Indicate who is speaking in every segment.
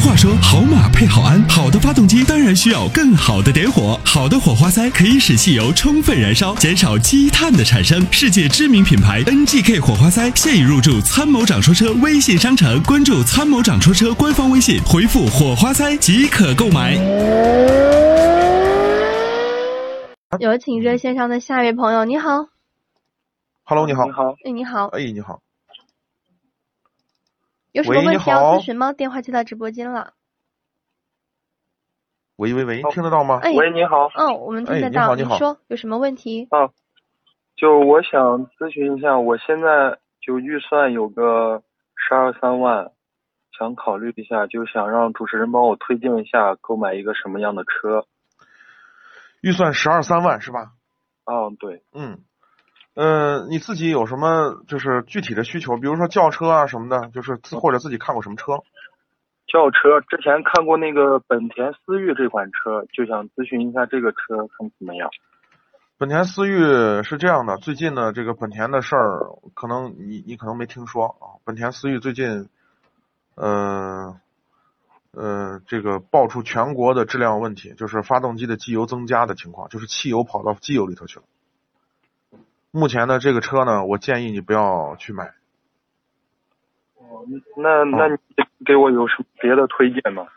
Speaker 1: 话说，好马配好鞍，好的发动机当然需要更好的点火。好的火花塞可以使汽油充分燃烧，减少积碳的产生。世界知名品牌 NGK 火花塞现已入驻参谋长说车微信商城，关注参谋长说车官方微信，回复火花塞即可购买。
Speaker 2: 有请
Speaker 3: 嗯
Speaker 2: 热线上的下一位朋友，你好，
Speaker 3: Hello，你好。
Speaker 4: 你好，
Speaker 2: 哎，你好，
Speaker 3: 哎，你好。
Speaker 2: 有什么
Speaker 3: 喂
Speaker 2: 问
Speaker 3: 你
Speaker 2: 题要
Speaker 3: 好
Speaker 2: 咨询吗？电话接到直播间了。
Speaker 3: 喂喂喂
Speaker 4: 哦，
Speaker 3: 听得到吗？
Speaker 2: 哎，
Speaker 4: 喂，你好，
Speaker 2: 嗯，我们听
Speaker 3: 哎
Speaker 2: 得
Speaker 3: 你
Speaker 2: 到，
Speaker 3: 好你好
Speaker 2: 说有什么问题？
Speaker 4: 就我想咨询一下，我现在就预算有个十二三万，想考虑一下，就想让主持人帮我推荐一下购买一个什么样的车。
Speaker 3: 预算十二三万是吧？
Speaker 4: 哦，对，
Speaker 3: 嗯。呃，你自己有什么就是具体的需求？比如说轿车啊什么的，就是自或者自己看过什么车？
Speaker 4: 轿车之前看过那个本田思域这款车，就想咨询一下这个车看怎么样。
Speaker 3: 本田思域是这样的，最近呢，这个本田的事儿，可能你你可能没听说啊。本田思域最近，呃呃，这个爆出全国的质量问题，就是发动机的机油增加的情况，就是汽油跑到机油里头去了。目前呢，这个车呢，我建议你不要去买。
Speaker 4: 哦，那那你给我有什么别的推荐吗？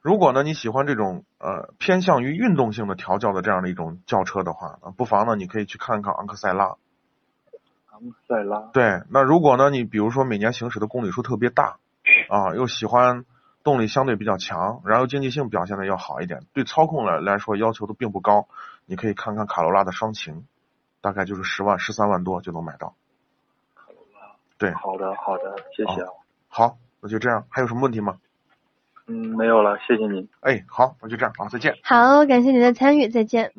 Speaker 3: 如果呢你喜欢这种呃偏向于运动性的调教的这样的一种轿车的话，呃不妨呢你可以去看看昂克赛拉。
Speaker 4: 昂克赛拉。
Speaker 3: 对，那如果呢你比如说每年行驶的公里数特别大，啊，又喜欢动力相对比较强，燃油经济性表现的要好一点，对操控来来说要求都并不高，你可以看看卡罗拉的双擎，大概就是十万十三万多就能买到。对
Speaker 4: 好的，好的，谢谢啊。
Speaker 3: 好，那就这样，还有什么问题吗？
Speaker 4: 嗯，没有了，谢谢您。
Speaker 3: 哎，好，那就这样啊，再见。
Speaker 2: 好，感谢您的参与，再见。